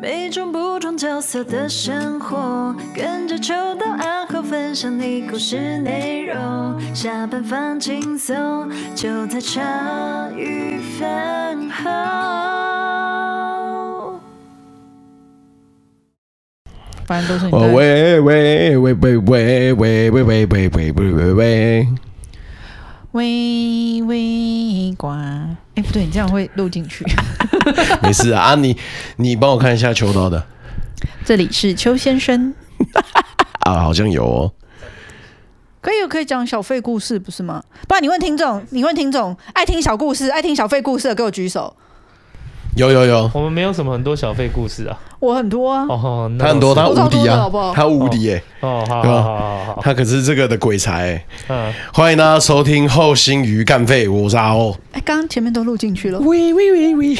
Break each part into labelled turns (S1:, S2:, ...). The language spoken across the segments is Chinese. S1: 每种不同角色的生活，跟着秋到暗号分享你故事内容。下班放轻松，就在茶余饭后。
S2: 反正都是你在。
S3: 哦喂喂喂喂喂喂喂喂喂喂喂喂，
S2: 微微瓜，哎，不对，你这样会录进去。
S3: 没事啊，啊你你帮我看一下秋刀的
S2: 这里是邱先生，
S3: 啊，好像有哦。
S2: 可以可以讲小费故事不是吗？不然你问听众，你问听众，爱听小故事、爱听小费故事的，给我举手。
S3: 有有有，
S4: 我们没有什么很多小费故事啊。
S2: 我很多啊，
S4: 哦，那
S3: 他很多，
S4: 倒
S2: 我
S3: 他
S4: 是
S3: 无敌
S2: 差不多了好
S3: 啊
S2: 不好，
S3: 他无敌耶，
S4: 哦，好
S3: 对吧啊
S4: 好好好好，
S3: 他可是这个的鬼才欸。
S4: 嗯，
S3: 欢迎大家收听后心鱼干废，我是阿欧。。
S2: 哎，刚刚前面都录进去了
S3: 喂喂 喂喂，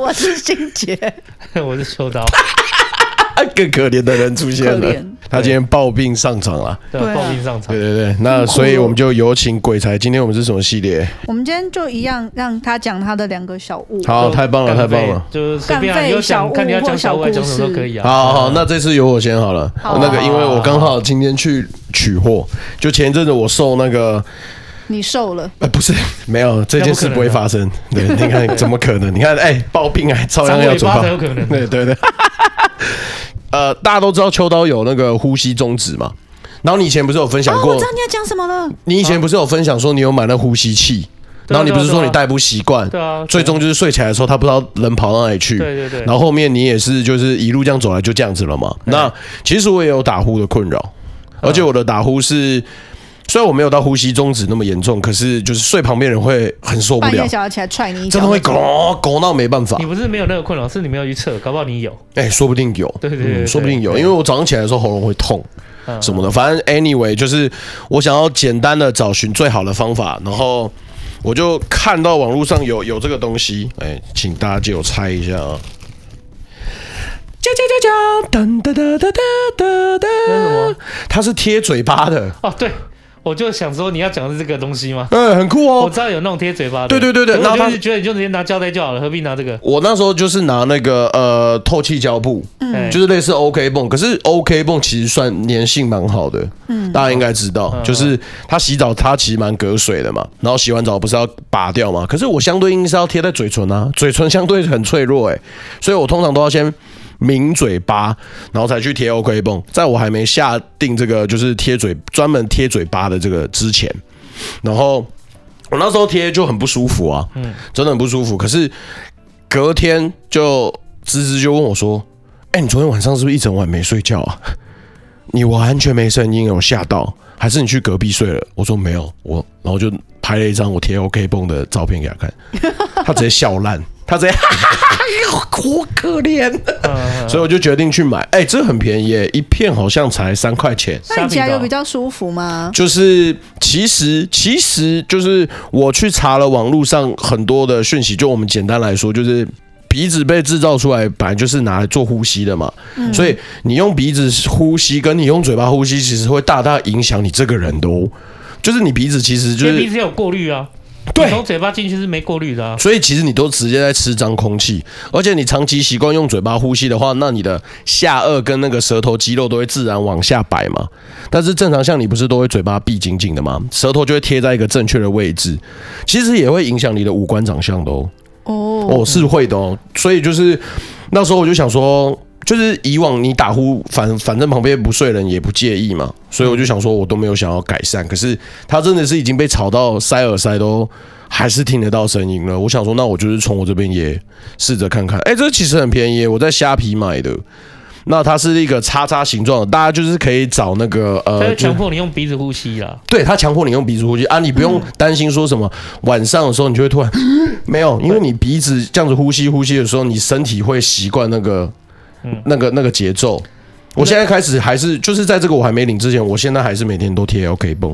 S2: 我是欣杰，
S4: 嗯 我是秋刀，
S3: 啊，更可怜的人出现
S2: 可
S3: 了
S2: 怜，
S3: 他今天暴病上场了。
S4: 对
S2: 对啊，
S4: 报名上场
S3: 对，对对，那所
S2: 哦
S3: 以我们就有请鬼才。今天我们是什么系列？
S2: 我们今天就一样让他讲他的两个小物。
S3: 好，
S4: 就
S3: 哦太棒了，太
S4: 干
S3: 棒
S4: 费
S3: 了。
S4: 就是随便啊，
S2: 干费
S4: 你有
S2: 小
S4: 想
S2: 物
S4: 看你要
S2: 或
S4: 讲
S2: 小
S4: 小物还是讲
S2: 故
S4: 什么都
S2: 事
S4: 可以啊。
S3: 好好好，那这次由我先好了。
S2: 好啊
S3: 那个，因为我刚好今天去取货，就前一阵子我受那个，
S2: 你瘦了，
S3: 呃，不是， 没有这件事不会发生。对，你看 怎么可能？你看，哎，暴病还照样要准
S4: 长
S3: 报
S4: 尾巴才有可能
S3: 对对对。 呃，大家都知道秋刀有那个呼吸终止嘛，然后你以前不是有分享
S2: 哦，
S3: 过
S2: 我知道你要讲什么了。
S3: 你以前不是有分享说你有买那呼吸器，
S4: 对
S3: 然
S4: 啊
S3: 后你不是说
S4: 对啊
S3: 你戴不习惯，
S4: 对啊，
S3: 最终就是睡起来的时候他不知道人跑到哪里去，
S4: 对对对，
S3: 然后后面你也是就是一路这样走来就这样子了嘛。那其实我也有打呼的困扰，
S4: 嗯
S3: 而且我的打呼是。虽然我没有到呼吸终止那么严重，可是就是睡旁边人会很受不
S2: 半
S3: 了
S2: 夜，想要起来踹你一脚，
S3: 真的会拱拱到没办法
S4: 你。不是没有那个困扰，是你没有预测，搞不好你有。
S3: 哎、说不定有，
S4: 对对对对
S3: 说不定有，
S4: 对
S3: 因为我早上起来的时候喉咙会痛，
S4: 嗯
S3: 什么的。反正 anyway，就是我想要简单的找寻最好的方法，然后我就看到网络上有有这个东西，哎、请大家借我猜一下啊。啾啾啾啾，噔噔噔噔噔噔
S4: 那是什
S3: 噔
S4: 么，
S3: 它是贴嘴巴的，
S4: 哦，对，我就想说你要讲的是这个东西吗？
S3: 嗯，很酷
S4: 我
S3: 哦。
S4: 知道有那种贴嘴巴的，
S3: 对对对对
S4: 可
S3: 然
S4: 我
S3: 后他
S4: 就是觉得你就直接拿胶带就好了，何必拿这个？
S3: 我那时候就是拿那个呃透气胶布，
S2: 嗯
S4: 哎
S3: 就是类似 OK 泵，可是 OK 泵其实算粘性蛮好的，嗯，大家应该知道，就是它洗澡它其实蛮隔水的嘛，然后洗完澡不是要拔掉嘛，可是我相对应是要贴在嘴唇啊，嘴唇相对很脆弱哎、所以我通常都要先抿嘴巴，然后才去贴 OK 泵，在我还没下定这个就是贴嘴专门贴嘴巴的这个之前，然后我那时候贴就很不舒服啊，嗯，真的很不舒服，可是隔天就芝芝就问我说。哎、你昨天晚上是不是一整晚没睡觉啊？ 你完全没声音，我吓到，还是你去隔壁睡了？我说没有，我然后就拍了一张我贴 OK 绷的照片给他看， 他直接笑烂，他直接 哈哈哈哈，我可怜，啊
S4: 嗯
S3: 所以我就决定去买。哎、这很便宜耶，一片好像才三块钱。
S2: 那你起来
S4: 虾皮的
S2: 有
S4: 哦
S2: 比较舒服吗？
S3: 就是其实其实就是我去查了网络上很多的讯息，就我们简单来说，就是鼻子被制造出来本来就是拿来做呼吸的嘛，
S4: 嗯
S3: 所以你用鼻子呼吸跟你用嘴巴呼吸，其实会大大影响你这个人的哦。就是你鼻子其实就
S4: 因为鼻
S3: 是
S4: 子有过滤啊，
S3: 对
S4: 你从嘴巴进去是没过滤的啊。
S3: 所以其实你都直接在吃脏空气，而且你长期习惯用嘴巴呼吸的话，那你的下颚跟那个舌头肌肉都会自然往下摆嘛。但是正常像你不是都会嘴巴闭紧紧的吗？舌头就会贴在一个正确的位置，其实也会影响你的五官长相的哦。
S2: 哦，
S3: 哦，是会的哦。所以就是那时候我就想说，就是以往你打呼，反反正旁边不睡人也不介意嘛，所
S4: 嗯
S3: 以我就想说，我都没有想要改善。可是他真的是已经被吵到塞耳塞都还是听得到声音了。我想说，那我就是从我这边也试着看看。哎，这其实很便宜耶，我在虾皮买的。那它是一个叉叉形状的，大家就是可以找那个
S4: 它
S3: 呃，
S4: 就
S3: 就
S4: 强迫你用鼻子呼吸啦，
S3: 对他强迫你用鼻子呼吸啊，你不
S4: 嗯
S3: 用担心说什么、晚上的时候你就会突 然没有，因为你鼻子这样子呼吸呼吸的时候，你身体会习惯那个、
S4: 嗯
S3: 那个那个节奏。我现在开始还是就是在这个我还没领之前，我现在还是每天都贴 OK 绷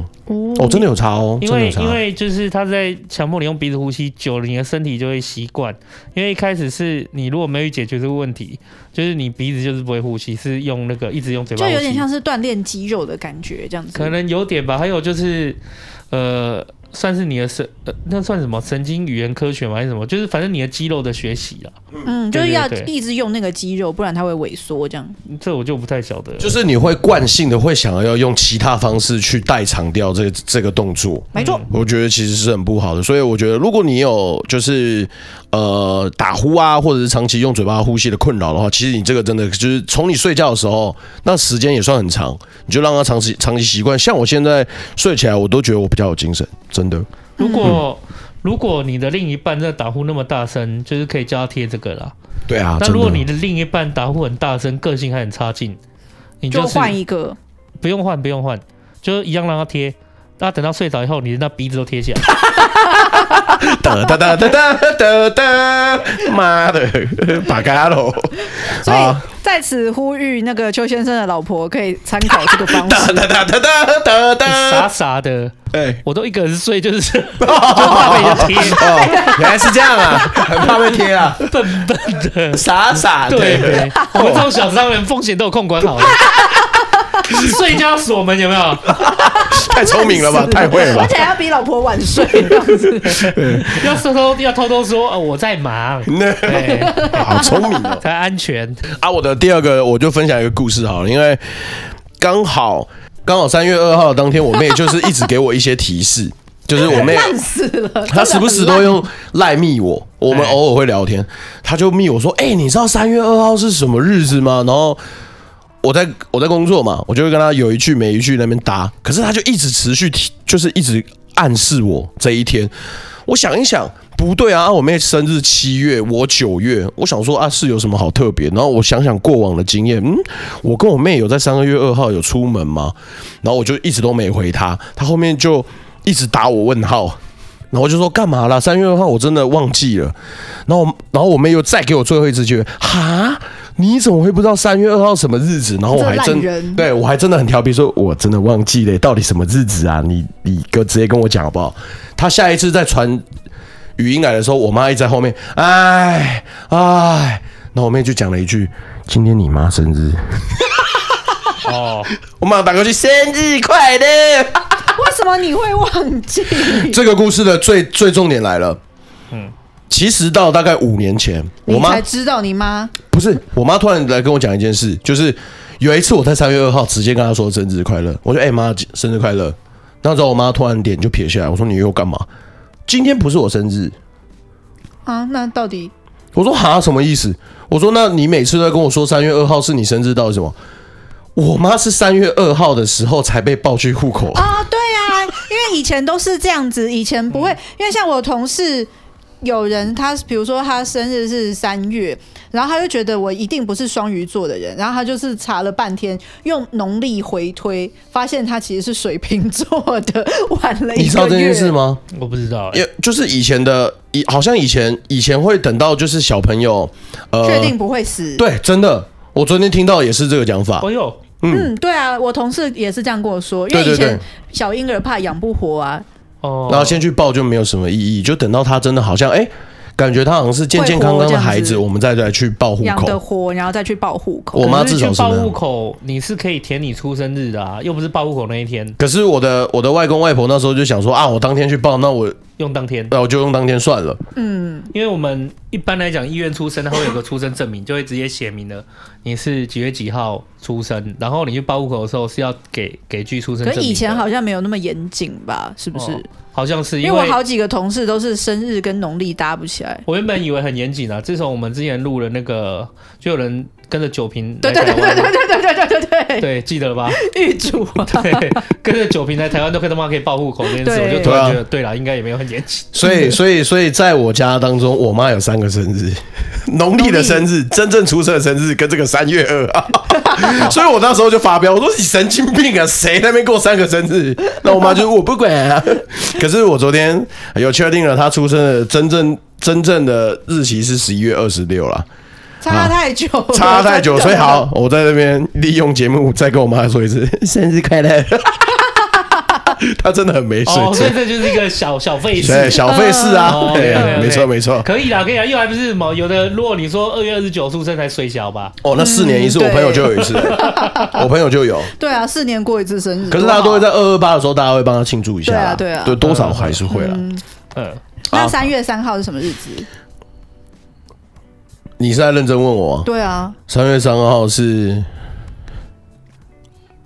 S3: 哦，真的有差哦，
S4: 因
S3: 真的
S4: 为
S3: 有差
S4: 因。为就是它在强迫你用鼻子呼吸，久了你的身体就会习惯。因为一开始是你如果没有解决这个问题，就是你鼻子就是不会呼吸，是用那个一直用嘴巴
S2: 就
S4: 呼吸，
S2: 有点像是锻炼肌肉的感觉这样子。
S4: 可能有点吧。还有就是，呃，算是你的神呃，那算什么神经语言科学吗？还是什么？就是反正你的肌肉的学习啊啦，
S2: 嗯，就
S4: 对
S2: 是
S4: 对
S2: 要
S4: 对嗯
S2: 一直用那个肌肉，不然它会萎缩这样。
S4: 这我就不太晓得了。
S3: 就是你会惯性的会想要用其他方式去代偿掉这这个动作。
S2: 没错，
S3: 我觉得其实是很不好的，所以我觉得如果你有就是呃打呼啊，或者是长期用嘴巴呼吸的困扰的话，其实你这个真的就是从你睡觉的时候，那时间也算很长，你就让它长期长期习惯。像我现在睡起来，我都觉得我比较有精神，真的。
S4: 如果、如果你的另一半在打呼那么大声，就是可以叫他贴这个啦。
S3: 对啊，
S4: 那
S3: 真的
S4: 如果你的另一半打呼很大声，个性还很差劲，你
S2: 就是换一个。
S4: 不用换，不用换，就是一样让他贴。那等到睡着以后，你那鼻子都贴起 来。
S3: 哒哒哒哒哒哒哒，妈的，巴嘎喽！
S2: 所
S3: 啊
S2: 以在此呼吁那个邱先生的老婆可以参考这个方
S3: 哒
S2: 式。
S3: 哒哒哒哒哒
S4: 傻
S3: 哒，
S4: 傻的，
S3: 哎，
S4: 我都一个人睡，就是 就怕被人家贴，
S3: 哦，原来是这样啊，很怕被贴啊，笨笨的，傻傻的，
S4: 对， 我们这种小商人风险都有控管好的。睡觉锁门有没有？
S3: 太聪明了吧，太会了吧
S2: 而。且还要比老婆晚 睡。
S4: 要偷偷要偷偷说，呃，我在忙，对，
S3: 好聪明哦！
S4: 才安全。
S3: 啊，我的第二个我就分享一个故事好了，因为刚好刚好三月二号当天，我妹就是一直给我一些提示， 就是我妹
S2: 烂死了，
S3: 她时不时都用赖密我，我们
S4: 哎
S3: 偶尔会聊天，她就密我说：“哎、你知道三月二号是什么日子吗？”然后。我在我在工作嘛，我就会跟她有一句没一句那边搭，可是她就一直持续提，就是一直暗示我这一天。我想一想，不对啊，啊我妹生日七月，我九月，我想说啊是有什么好特别？然后我想想过往的经验，嗯，我跟我妹有在三个月二号有出门吗？然后我就一直都没回她，她后面就一直打我问号。然后我就说干嘛啦？三月二号我真的忘记了。然后我，然后我妹又再给我最后一次机会，哈，你怎么会不知道三月二号什么日子？然后我还
S2: 这
S3: 真
S2: 烂人
S3: 对我还真的很调皮，说我真的忘记了，到底什么日子啊？你你哥直接跟我讲好不好？她下一次再传语音来的时候，我妈一直在后面，哎哎，然后我妹就讲了一句：“今天你妈生日。
S4: 哦，”
S3: 我马上打过去：“生日快乐
S2: 为什么你会忘记？！”
S3: 这个故事的最最重点来了。嗯
S4: 嗯，
S3: 其实到大概五年前，我
S2: 你
S3: 妈
S2: 才知道你妈
S3: 不是我妈突然来跟我讲一件事，就是有一次我在三月二号直接跟她说生日快乐，我说：“哎、妈，生日快乐。”那时候我妈突然脸就撇下来，我说：“你又干嘛？今天不是我生日。”
S2: 啊，那到底
S3: 我说哈什么意思？我说那你每次都在跟我说三月二号是你生日，到底什么？我妈是三月二号的时候才被报去户口，
S2: 啊、对啊，因为以前都是这样子，以前不会，
S3: 嗯
S2: 因为像我同事有人他，比如说他生日是三月，然后他就觉得我一定不是双鱼座的人，然后他就是查了半天，用农历回推，发现他其实是水瓶座的，晚了一个月。
S3: 你知道这件事吗？
S4: 我不知道、欸
S3: 也就是以前的，以好像以前以前会等到就是小朋友，呃，
S2: 确定不会死？，
S3: 对，真的，我昨天听到也是这个讲法
S4: 哎，呦，
S2: 嗯，对啊，我同事也是这样跟我说，因为
S3: 对对
S2: 以前
S3: 对
S2: 小婴儿怕养不活啊，
S4: 哦，
S3: 然后先去报就没有什么意义，就等到他真的好像哎、感觉他好像是健健康康的孩
S2: 会活这
S3: 子，
S2: 样子
S3: 我们再来去报户
S2: 养得
S3: 口。
S2: 活，然后再去报户口。
S3: 我妈
S4: 可是
S3: 至少
S4: 去
S3: 是那
S4: 报户
S3: 样。
S4: 口，你是可以填你出生日的啊，又不是报户口那一天，
S3: 可是我的我的外公外婆那时候就想说啊，我当天去报，那我
S4: 用当天。
S3: 那我就用当天算了。
S4: 因为我们一般来讲，医院出生它会有个出生证明，就会直接写明了你是几月几号出生，然后你去报户口的时候是要给给具出生
S2: 可
S4: 证明
S2: 是
S4: 的。
S2: 以前好像没有那么严谨吧？是不是？
S4: 哦好像是
S2: 因为
S4: 因
S2: 我
S4: 为
S2: 好几个同事都是生日跟农历搭不起来。
S4: 我原本以为很严谨啊，自从我们之前录了那个，就有人跟着酒瓶
S2: 对
S4: 来
S2: 对
S4: 台
S2: 对对对
S4: 湾，
S2: 对对对对对
S4: 对，记得了吧？
S2: 对，预祝啊！
S4: 对，跟着酒瓶来台湾都可以他妈可以报户口这件事，
S2: 对
S4: 我就突
S3: 啊
S4: 然觉得，对啦，应该也没有很严谨。
S3: 所以，所以，所以，在我家当中，我妈有三个生日： 农历的生日、真正出生的生日跟这个三月二 号。所以我那时候就发飙，我说你神经病啊，谁那边过三个生日？那我妈就说我不管啊。可是我昨天哎有确定了，她出生的真正真正的日期是十一月二十六啦，
S2: 差太久了，
S3: 哦啊差太久，
S2: 真
S3: 所
S2: 的
S3: 以好，， 我在这边利用节目再跟我妈说一次生日快乐。他真的很没水
S4: 哦，所以
S3: 准。
S4: 这就是一个小小费
S3: 对，
S4: 事。
S3: 小费事啊
S4: 哦，
S3: 对
S4: 对，对
S3: 没错
S4: 对
S3: 没错。
S4: 可以啦，可以啦，又还不是什么有的。如果你说二月二十九出生才水小吧，
S3: 哦，那四年一次，
S2: 嗯
S3: 我朋友就有一 次，我朋友就有。
S2: 对啊，四年过一次生日，
S3: 可是大家都会
S2: 多啊
S3: 在二二八的时候，大家会帮他庆祝一下啦，
S2: 对啊对啊
S3: 对，多少还是会啦。
S4: 嗯，
S2: 好。那三月三号是什么日子？
S3: 你是在认真问我啊？
S2: 对啊，
S3: 三月三号是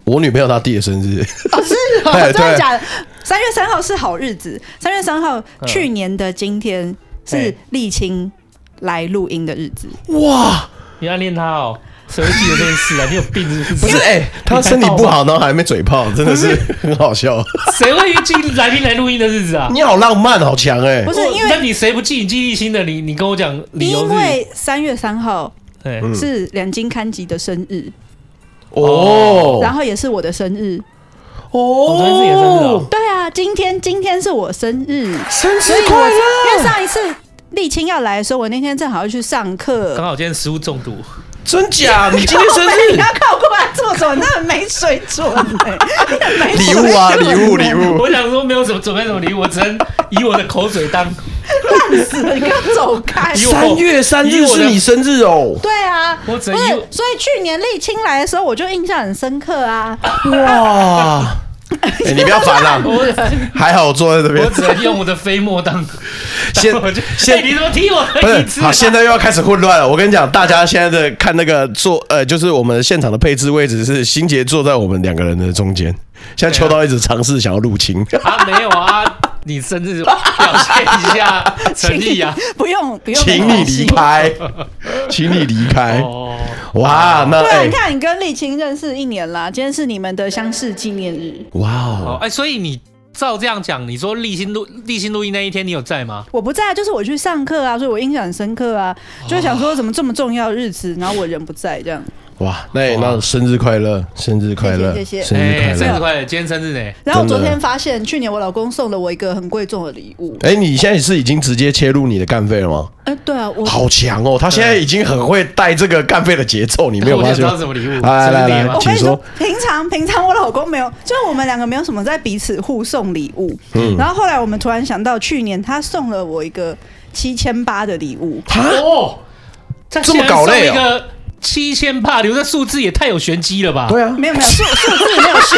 S3: 我女朋友她弟的生日，
S2: 哦是哦，真的
S3: 对对
S2: 假的？三月三号是好日子，三月三号
S4: 嗯
S2: 去年的今天是
S4: 嘿
S2: 沥青来录音的日子，
S3: 哇！
S4: 你暗恋他哦，谁会记得这件事啊？你有病是不
S3: 不
S4: 是
S3: 是？哎、她身体不好，然后还没嘴炮，真的是很好笑。
S4: 谁会记来宾来录音的日子啊？
S3: 你好浪漫，好强哎、
S2: 不是
S4: 我
S2: 因为
S4: 那你谁不记？你记忆新的，你你跟我讲理由
S2: 因
S4: 是？
S2: 为三月三号
S4: 哎
S3: 嗯
S2: 是两金刊吉的生日，
S3: 哦
S2: 然后也是我的生日。
S4: 我昨天是你的生日
S3: 哦
S4: 哦，
S2: 对啊，今天今天是我生日，
S3: 生
S2: 所
S3: 日
S2: 以我
S3: 快乐！
S2: 因为上一次沥青要来的时候，我那天正好要去上课
S4: 刚。好今天食物中毒，
S3: 真假？你今天生
S2: 你
S3: 日
S2: 要靠过来做什么？那很没水准哎、很 没水
S3: 礼
S2: 准
S3: 物啊，礼物礼物，
S4: 我想说没有什么准备什么礼物，我只能以我的口水当。
S2: 烂死了！你给我走开！
S4: 有
S3: 三月三日是你生日哦。
S2: 对啊，
S4: 我
S2: 不是
S4: 只能以我，
S2: 所以去年沥青来的时候，我就印象很深刻啊。
S3: 哇！哎你不要烦啦，
S4: 我
S3: 还好我坐在这边
S4: 我。只能用我的飞沫当。
S3: 先
S4: 我就
S3: 先
S4: 哎你怎么踢我
S3: 不
S4: 的椅
S3: 是，
S4: 子
S3: 好，
S4: 啊？
S3: 现在又要开始混乱了。我跟你讲，大家现在的看那个坐，呃，就是我们现场的配置位置是新杰坐在我们两个人的中间。现在秋刀一直尝试想要入侵，
S4: 啊，没有啊，你生日表现一下诚意啊。
S2: 不用不用，
S3: 请你离。 开，请你离开。
S4: 哦，
S3: 哇，那
S2: 对啊，
S3: 哎
S2: 你，看你跟沥青认识一年啦，今天是你们的相识纪念日，
S3: 哇
S4: 好，
S3: 哦，
S4: 哎，所以你照这样讲，你说立新录立新录音那一天你有在吗？
S2: 我不在，就是我去上课啊，所以我印象很深刻啊，就想
S4: 哦
S2: 说怎么这么重要的日子，然后我人不在这样。
S3: 哇，那哎那生日快乐，生日快乐，
S2: 谢谢谢谢
S3: 生日快
S4: 生
S3: 乐
S4: 日。快乐！今天生日呢？
S2: 然后我
S3: 真的
S2: 昨天发现，去年我老公送了我一个很贵重的礼物。
S3: 哎，你现在是已经直接切入你的干费了吗？
S2: 哎、对啊，我
S3: 好强哦，他现在已经很会带这个干费的节奏，你没有
S4: 我
S3: 发
S4: 想
S3: 现吗
S4: 知道？什么礼物？
S3: 来来
S4: 生日
S3: 来
S4: 吗
S2: 我？跟你
S3: 请
S2: 说
S3: 说，
S2: 平常平常我老公没有，就是我们两个没有什么在彼此互送礼物。
S3: 嗯
S2: 然后后来我们突然想到，去年他送了我一个七千八的礼 物，
S4: 哦，这
S3: 这么搞累哦
S4: 一个七千帕，留这数字也太有玄机了吧？
S3: 对啊，
S2: 没有没有数数字没有学，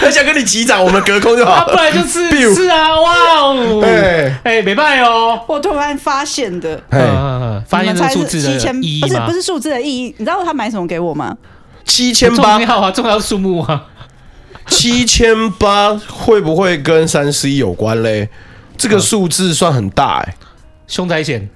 S3: 很想跟你击掌，我们隔空就
S4: 啊，
S3: 好
S4: 不。然就是
S3: 比如
S4: 是啊，哇哦，
S3: 对
S4: 哎，没办哦。
S2: 我突然发现的。
S4: 嗯
S3: 哎，
S4: 嗯嗯发现
S2: 你
S4: 这
S2: 们
S4: 个
S2: 猜
S4: 数
S2: 是
S4: 字
S2: 七
S4: 的
S2: 千，
S4: 意义
S2: 不是
S4: 吗
S2: 不是数字的意义，你知道他买什么给我吗？
S3: 七千
S4: 不
S3: 八
S4: 重，要啊，重要数目啊。
S3: 七千八会不会跟三 C 有关嘞？这个数字算很大哎、
S4: 凶宅险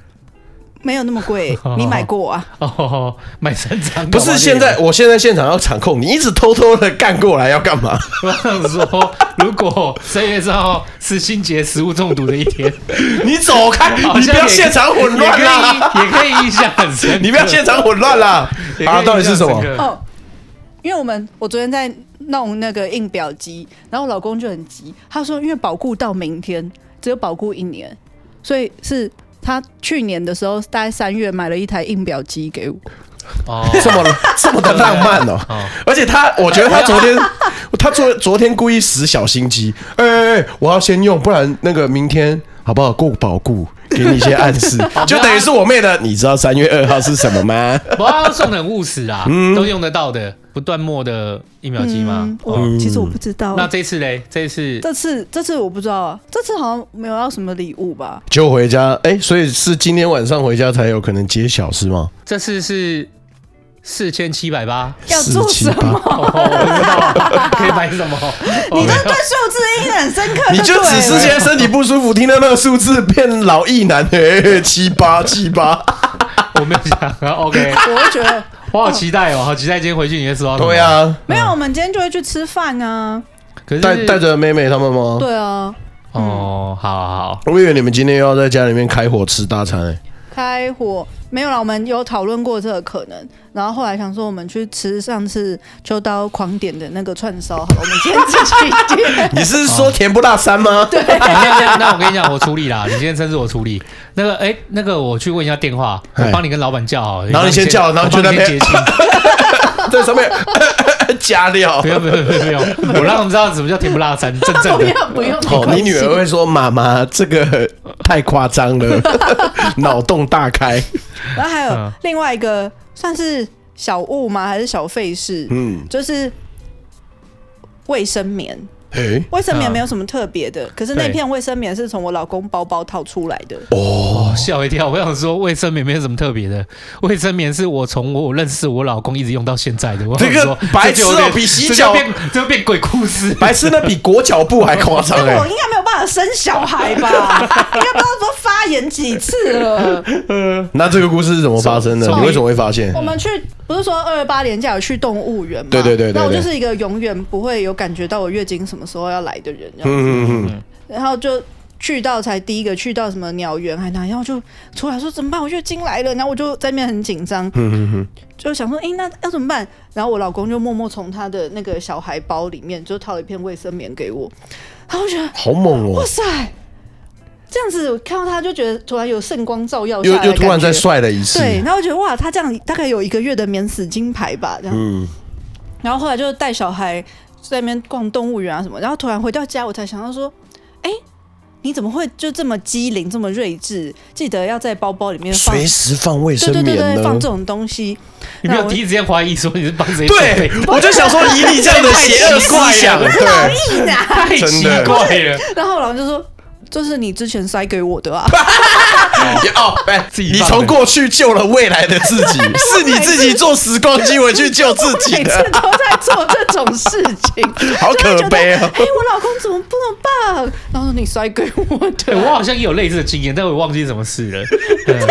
S2: 没有那么 贵，你买过啊？
S4: 哦，买三张。
S3: 不是现在，我现在现场要场控，你一直偷偷的干过来要干 嘛？
S4: 我想说，如果三月三号是新杰食物中毒的一天，
S3: 你走开，
S4: 好
S3: 你
S4: 像
S3: 不要
S4: 也
S3: 现场混
S4: 也 可
S3: 乱啦！
S4: 以，也可以印象很深刻。
S3: 你不要现场混乱啦！
S4: 也可
S3: 啊，到底
S4: 以印象很深刻，
S3: 是什么？
S2: 哦，因为我们我昨天在弄那个印表机，然后我老公就很急，他说因为保固到明天，只有保固一年，所以是他去年的时候大概三月买了一台印表机给我，
S4: 哦，
S3: 这么这么的浪漫哦、
S4: 哦
S3: 而且他，我觉得他昨天，
S2: 哎
S3: 他昨昨天故意使小心机，哎哎哎，我要先用，不然那个明天好不好？过保固，给你一些 暗示，就等于是我妹的。你知道三月二号是什 么吗？
S4: 我要送的很务实啊，
S3: 嗯
S4: 都用得到的，不断末的疫苗机吗哦
S2: 嗯？我、其实我不知道，
S4: 那这次嘞，这次
S2: 这次这次我不知道啊，这次好像没有要什么礼物吧？
S3: 就回家，哎、所以是今天晚上回家才有可能揭晓是吗？
S4: 这次是四千七百 八，
S2: 要做什么？
S3: 478？
S4: 我不知道可以买什 么。
S2: 你就是
S4: 哦
S2: 对数字印象很深刻，
S3: 你就
S2: 对
S3: 只是
S2: 了
S3: 现在身体不舒服，听到那个数字变老一男的、哎七八七 八，
S4: 我没有想啊，OK，
S2: 我会觉得
S4: 我好期待哦，好期待今天回去你会收到。
S3: 对，啊，
S2: 没
S4: 哦
S2: 有，我们今天就会去吃饭啊，
S4: 可是
S3: 带带着妹妹他们吗？
S2: 对啊，
S4: 哦，好好好，
S3: 我以为你们今天又要在家里面开火吃大餐、哎
S2: 开火没有啦，我们有讨论过这个可能，然后后来想说我们去吃上次秋刀狂点的那个串烧好了，我们今天自己点
S3: 你是说甜不辣三 吗？对，
S4: 哎那那那我跟你讲，我处理啦，你今天生日我处理。那个哎，那个我去问一下电话，
S3: 哎
S4: 我帮你跟老板叫好了，
S3: 然后你先叫然后
S4: 我
S3: 就
S4: 帮
S3: 在
S4: 你
S3: 那
S4: 先
S3: 边
S4: 结清。
S3: 在上面加料
S4: 不。用不用不用不用， 我让他们知道什么叫甜不辣餐，真正
S2: 不
S4: 的。
S2: 要不用，没
S3: 哦，
S2: 关系
S3: 你女儿会说：“妈妈，这个太夸张了， 脑洞大开。
S2: 然后还有
S4: 嗯
S2: 另外一个算是小物吗？还是小费事”？
S3: 嗯，
S2: 就是卫生棉。
S3: 诶，
S2: 卫生棉
S4: 啊
S2: 没有什么特别的，可是那
S4: 对
S2: 片卫生棉是从我老公包包套出来的。
S4: 哦，吓我一跳！我想说卫生棉没有什么特别的，卫生棉是我从我认识我老公一直用到现在的。我想
S3: 这个
S4: 说
S3: 白痴哦
S4: 就有点
S3: 比洗
S4: 这就
S3: 脚
S4: 变这就变鬼故事。
S3: 白痴那比裹脚布还夸 张
S2: 我
S3: 哎！
S2: 应该没有办法生小孩吧？ 应该不知道说发炎几次了。
S3: 那这个故事是怎么发生的？
S4: 从
S3: 你为什么会发现
S2: 我？们去不是说二二八年假有去动物园吗？
S3: 对对对对对
S2: 那我就是一个永远不会有感觉到我月经什么时候要来的人，这样
S3: 嗯嗯嗯，
S2: 然后就去到才第一个去到什么鸟园还哪，然后就出来说怎么办？我月经来了，然后我就在那边很紧张，
S3: 嗯
S2: 就想说，哎、那要怎么办？然后我老公就默默从他的那个小孩包里面就掏了一片卫生棉给我，然后我觉得
S3: 好猛哦
S2: 哇！塞，这样子我看到他就觉得突然有圣光照耀下
S3: 又
S2: 来的
S3: 又突然
S2: 感觉
S3: 再帅了一次。
S2: 对，然后我觉得哇，他这样大概有一个月的免死金牌吧，这样。
S3: 嗯，
S2: 然后后来就带小孩在那边逛动物园啊什么，然后突然回到家，我才想到说，哎、你怎么会就这么机灵，这么睿智？记得要在包包里面放，
S3: 随时放卫
S2: 对
S3: 生
S2: 对对
S3: 棉
S2: 对，放
S3: 呢
S2: 这。种东西。
S4: 你没
S2: 那
S4: 有
S2: 我
S4: 第一时间怀疑说你是帮谁准备
S3: 对，，我就想说以你这样的邪恶思 想，对，
S4: 太奇
S3: 真的
S4: 怪了。
S2: 然后我老公就说，这是你之前塞给我 的啊，
S3: 哦，哎，
S4: 自己
S3: 你
S4: 放的
S3: 从过去救了未来的自 己，是你自己坐时光机回去救自己
S2: 每次
S3: 的，啊
S2: 都在做这种事情。
S3: 好可悲啊！
S2: 哎、我老公怎么不能办？然后说你塞给我
S4: 对哎我
S2: 的，
S4: 好像也有类似的经验，但我忘记什么事了。
S2: 更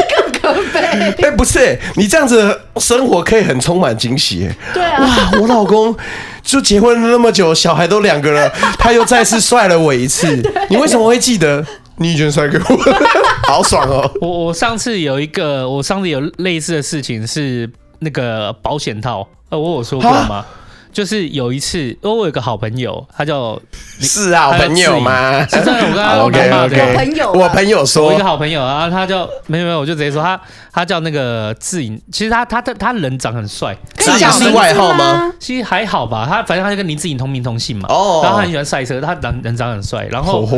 S2: 可 悲。
S3: 哎，不是、你这样子生活可以很充满惊喜、
S2: 对啊，
S3: 哇，我老公就结婚了那么久，小孩都两个了，他又再次帅了我一 次。你为什么会记得？你以前帅给我， 好爽哦！
S4: 我我上次有一个，我上次有类似的事情是那个保险套，呃，我有说过吗？就是有一次，因为我有个好朋友，他叫
S3: 是啊，我朋友吗？
S4: 是真的，我刚刚
S3: OK
S4: 骂
S3: OK，
S4: 的
S2: 我朋友啊
S3: 我朋友
S4: 我一
S3: 说
S4: 个，好朋友，然后他叫没有没有，我就直接说他他叫那个志颖，其实他他他他人长很帅，
S3: 自己
S4: 然后
S3: 是外号吗？
S4: 其实还好吧，他反正他就跟林志颖同名同姓嘛，
S3: 哦
S4: 然后他很喜欢赛车，他人人长很帅，然后
S3: 吼吼，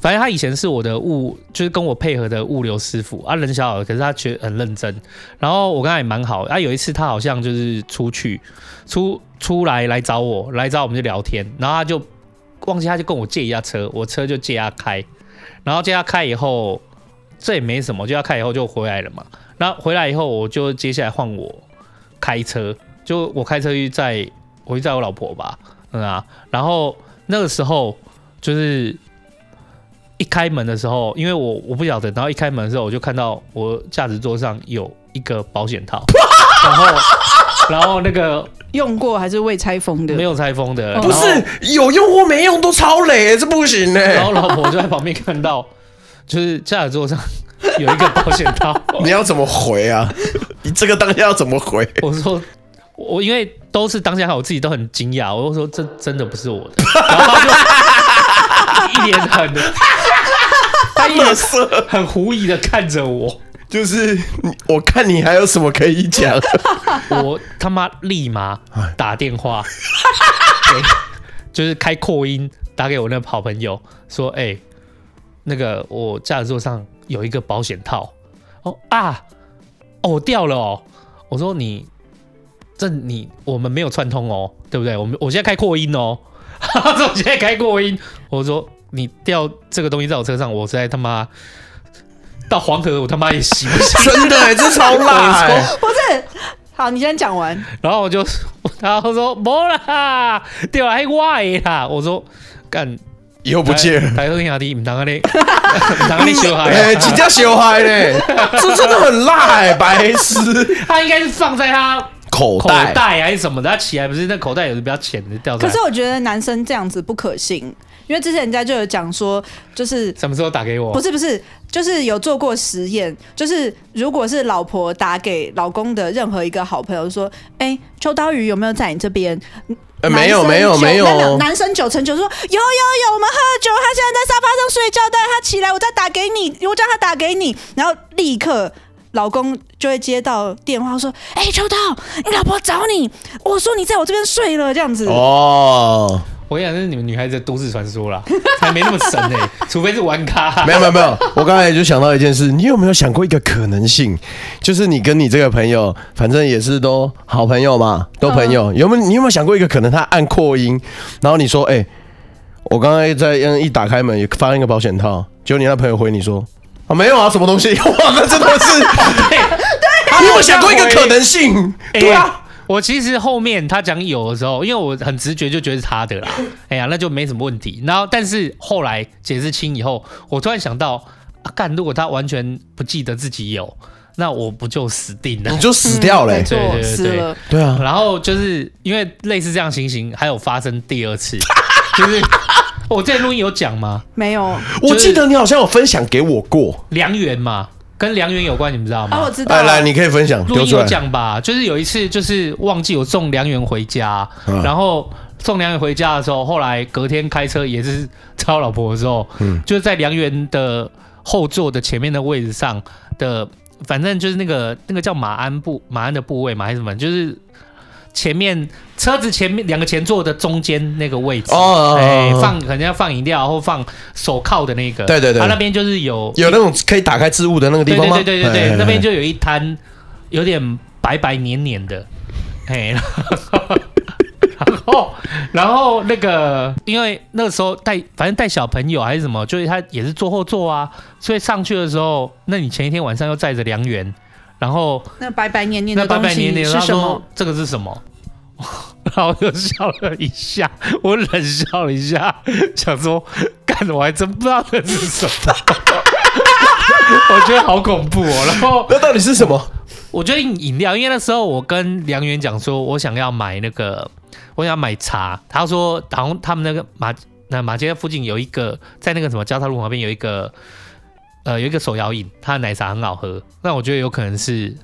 S4: 反正他以前是我的物，就是跟我配合的物流师傅啊，人小小的，可是他觉得很认真。然后我跟他也蛮好啊。有一次他好像就是出去出出来来找我，来找我们就聊天，然后他就忘记他就跟我借一下车，我车就借他开，然后借他开以后，这也没什么，借他开以后就回来了嘛。那回来以后，我就接下来换我开车，就我开车去载我去载我老婆吧，嗯啊，然后那个时候就是一开门的时候，因为我我不晓得，然后一开门的时候我就看到我驾驶座上有一个保 险套，然后然后那个
S2: 用过还是未拆封的？
S4: 没有拆封的，
S2: 哦
S3: 不是有用或没用都超累，这不行呢、欸
S4: 然后，然后老婆就在旁边看到，就是驾驶座上有一个保险 套，
S3: 你要怎么回啊？ 你这个当下要怎么回？
S4: 我说。我因为都是当下，我自己都很惊讶，我就说这真的不是我的， 然后他就一脸很他一脸
S3: 色
S4: 很狐疑的看着我，
S3: 就是你我看你还有什么可以讲？
S4: 我他妈立马打电话，给就是开扩音打给我那个好朋友说，哎、那个我驾驶座上有一个保险套，哦啊，哦我掉了哦，我说你这你我们没有串通哦，对不对？我们我现在开扩音哦， 他说我现在开扩音，我说你掉这个东西在我车上，我实在他妈到黄河我他妈也洗不下。
S3: 真的、欸，这超辣、
S4: 我
S3: 欸
S4: 说。
S2: 哦不是。好，你先讲完。
S4: 然后我就， 然后说没啦，对啊啦，还我的啦。我说干，
S3: 以后不借了。
S4: 台兄弟，唔当安尼，唔当 安尼小
S3: 哎、
S4: 孩。啊
S3: 请假小孩 呢？这真的很辣哎、白痴！
S4: 他应该是放在他
S3: 口
S4: 口
S3: 袋，
S4: 袋还是什么的，他起来不是那口袋有的比较浅的掉出
S2: 可
S4: 来。
S2: 是我觉得男生这样子不可信，因为之前人家就有讲说，就是
S4: 什么时候打给我？
S2: 不是不是，就是有做过实验，就是如果是老婆打给老公的任何一个好朋友说，哎、秋刀鱼有没有在你这边？
S3: 呃没
S2: 男
S3: 有
S2: 生
S3: 没有
S2: 九
S3: 没有
S2: 男生九成九说有有有，我们喝酒，他现在在沙发上睡觉，但他起来，我再打给你，我叫他打给你，然后立刻
S5: 老公就会接到电话说：“哎、秋刀，你老婆找你，我说你在我这边睡了，这样子。
S3: 哦，
S4: 我跟你讲，那是你们女孩子的都市传说啦，还没那么神 呢、除非是玩咖。啊
S3: 没有没有没有，我刚才也就想到一件事，你有没有想过一个可能性，就是你跟你这个朋友，反正也是都好朋友嘛，都朋友，有没有你有没有想过一个可能，他按扩音，然后你说，哎、我刚才在嗯一打开门，也发现一个保险套，结果你那朋友回你说，啊没有啊，什么东西， 哇，那真的是，
S4: 对，
S3: 你有没有想过一个可能性？对啊。
S4: 哎我其实后面他讲有的时候，因为我很直觉就觉得是 他的啦，哎呀，那就没什么问题。然后，但是后来解释清以后，我突然想到，啊，干，如果他完全不记得自己有，那我不就死定了
S3: 啊你？就死掉嘞、
S5: 没错
S4: 对对，对
S5: 死
S4: 对
S5: 了。
S3: 对啊，
S4: 然后就是因为类似这样情形，还有发生第二 次，就是我这录音有讲吗？
S5: 没有
S3: 我记得你好像有分享给我过，
S4: 良缘嘛，跟良缘有关，你们知道吗？
S5: 啊，我知道
S3: 来
S5: 了。
S3: 来，你可以分享，
S4: 录
S3: 丢
S4: 音
S3: 出
S4: 有
S3: 来。
S4: 讲吧，就是有一次就是忘记我送梁元回家，
S3: 嗯
S4: 然后送梁元回家的时候，后来隔天开车也是 找我老婆的时候，
S3: 嗯
S4: 就是在梁元的后座的前面的位置上的，反正就是那个那个叫马鞍部马鞍的部位嘛，还是什么，就是前面车子前面两个前座的中间那个位置，
S3: 哦哦哦
S4: 哎、
S3: 哦
S4: 放可能要放饮料或放手铐的那个，
S3: 对对对
S4: 他、那边就是有
S3: 有那种可以打开置物的那个地方吗？
S4: 对对对对对
S3: 哎
S4: 对，那边就有一摊有点白白黏黏的，嘿，然后然后那个因为那时候带反正带小朋友还是什么，就是他也是坐后座啊，所以上去的时候，那你前一天晚上又载着良缘，然后
S2: 那白白黏黏
S4: 那
S2: 的
S4: 白
S2: 东
S4: 白黏
S2: 西
S4: 黏，
S2: 是
S4: 他
S2: 什
S4: 说
S2: 么？
S4: 这个是什么？ 然后我就笑了一下，我冷笑了一下，想说，干，我还真不知道这是什么， 我觉得好恐怖哦。然后
S3: 那到底是什么？
S4: 我觉得饮料，因为那时候我跟梁源讲说，我想要买那个，我想买茶。他说，好像他们那个马那马街附近有一个，在那个什么交叉路旁边有一个，呃，有一个手摇饮，它的奶茶很好喝。那我觉得有可能是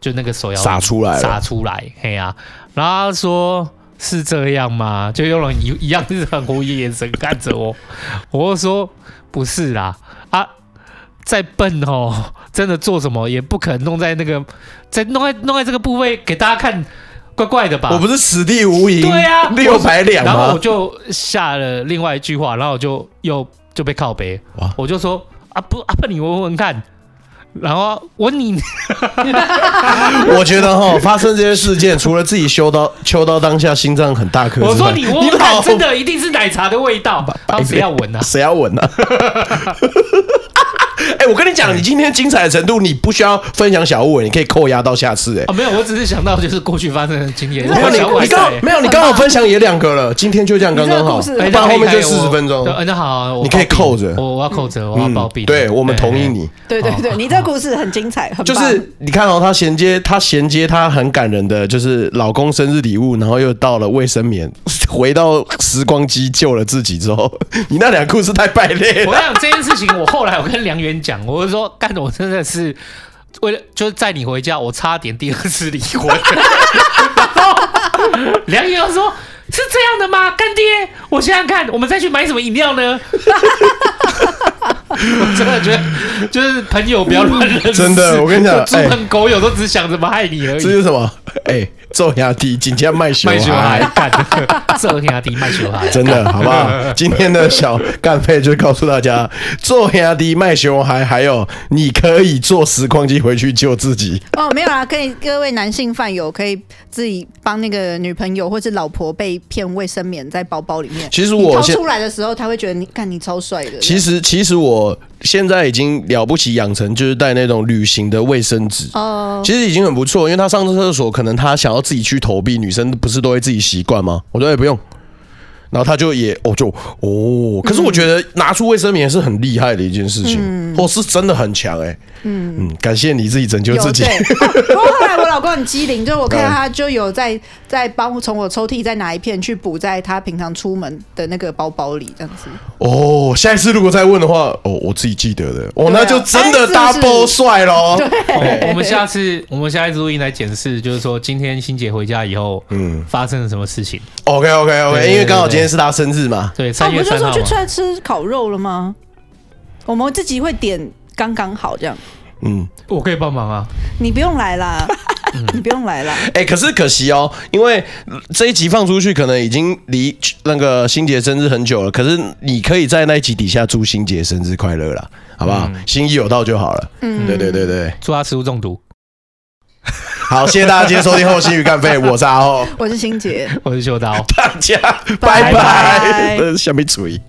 S4: 就那个手摇饮
S3: 啊撒出来了
S4: 洒出来，嘿呀、然后他说。是这样吗？就用了一一样是很狐疑的眼神看 着我，我就说不是啦，啊，再笨哦，真的做什么也不可能弄在那个，在弄在弄在这个部位给大家看，怪怪的吧？
S3: 我不是此地无银，
S4: 对啊
S3: 六百两
S4: 然后我
S3: 吗？
S4: 就下了另外一句话，然后我就又就被靠背
S3: 哇，
S4: 我就说啊不啊不，你闻闻看，然后 我你
S3: 我觉得哈，发生这些事件，除了自己修到秋到当下心脏很大颗之外，
S4: 我说你闻
S3: 你
S4: 闻看，
S3: 老
S4: 真的一定是奶茶的味 道，然后谁要闻啊？
S3: 谁要闻啊？ 哎，我跟你讲，你今天精彩的程度，你不需要分享小物，你可以扣押到下次。哎
S4: 啊，，没有，我只是想到就是过去发生的经验，
S3: 没有你，
S4: 我想晚
S3: 你刚好
S4: 上
S3: 没有你刚好分享也两个了，今天就这样刚刚好，
S5: 你这
S3: 不
S5: 个故
S4: 哎
S5: 事
S4: 那
S3: 然
S4: 可以
S3: 后面
S4: 可
S3: 就
S4: 以
S3: 四十
S4: 我
S3: 分钟
S4: 对。，那好，我
S3: 你可以
S4: 报备
S3: 扣着嗯
S4: 我我要扣着，我要包庇。
S3: 对我们同意你。
S5: 对对
S4: 哦
S5: 对，你这个故事很精彩，很
S3: 就
S5: 棒
S3: 是你看哦，她衔接她衔接她很感人的，就是老公生日礼物，然后又到了卫生棉， 回到时光机救了自己之后， 你那两故事太败类
S4: 我
S3: 了。
S4: 想这件事情，我后来我跟梁源讲，我就说干，我真的是为了就是载你回家，我差点第二次离婚。 然后梁源又说。是这样的吗，干爹？我想想看，我们再去买什么饮料呢？ 我真的觉得，就是朋友不要乱认识。
S3: 真的我跟你讲
S4: 就猪
S3: 哎
S4: 朋狗友都只是想怎么害你而已。
S3: 这是什么？哎、做压低，紧接卖血
S4: 卖球孩，干， 这天下地卖球孩，
S3: 真的好不 好？今天的小干费就告诉大家，做压低卖熊孩，还有你可以坐时光机回去救自己。
S2: 哦，没有啦，可以各位男性饭友可以自己帮那个女朋友或是老婆被骗卫生棉在包包里面。
S3: 其实
S2: 你
S3: 我
S2: 掏
S3: 现
S2: 出来的时候，他会觉得你看你超帅的。
S3: 其实，其实我现在已经了不起，养成就是带那种旅行的卫生纸。
S2: 哦，
S3: 其实已经很不错，因为他上厕所可能他想要自己去投币，女生不是都会自己习惯吗？我说也、哎不用，然后他就也哦就哦，可是我觉得拿出卫生棉是很厉害的一件事情，
S2: 嗯
S3: 哦是真的很强哎、嗯感谢你自己拯救
S2: 有
S3: 自己
S2: 对，，哦不过后来我老公很机灵，就是我看到他就有在在帮我从我抽屉再拿一片去补在他平常出门的那个包包里，这样子。
S3: 哦下一次如果再问的话，哦我自己记得的，
S2: 对
S3: 哦、
S2: 啊
S3: 那就真的
S2: 哎是不是
S3: double 帅喽，
S4: 哦我我们下次我们下一次录音来检视，就是说今天欣姐回家以后，嗯，发生了什么事情？
S3: OK OK
S4: 对
S3: OK，
S4: 对
S3: 因为刚好
S4: 对对
S3: 今天是他生日嘛，
S4: 对，
S5: 啊，
S4: 三
S5: 我
S4: 月
S5: 不
S2: 哦
S5: 就
S4: 三号
S5: 说
S4: 嘛
S5: 去出来吃烤肉了吗？我们自己会点刚刚好这样，
S3: 嗯，
S4: 我可以帮忙啊。
S5: 你不用来啦，你不用来啦。
S3: 哎、可是可惜哦，因为这一集放出去可能已经离那个欣姐生日很久了，可是你可以在那一集底下祝欣姐生日快乐啦，好不好？心意有到就好了。
S5: 嗯，
S3: 对对对对，
S4: 祝他食物中毒。
S3: 好，谢谢大家今天收听《后心与干废》，我是阿后，
S2: 我是欣杰。
S4: 我是秀刀。
S3: 大家
S2: 拜拜
S3: 拜 拜，呃，下面注意。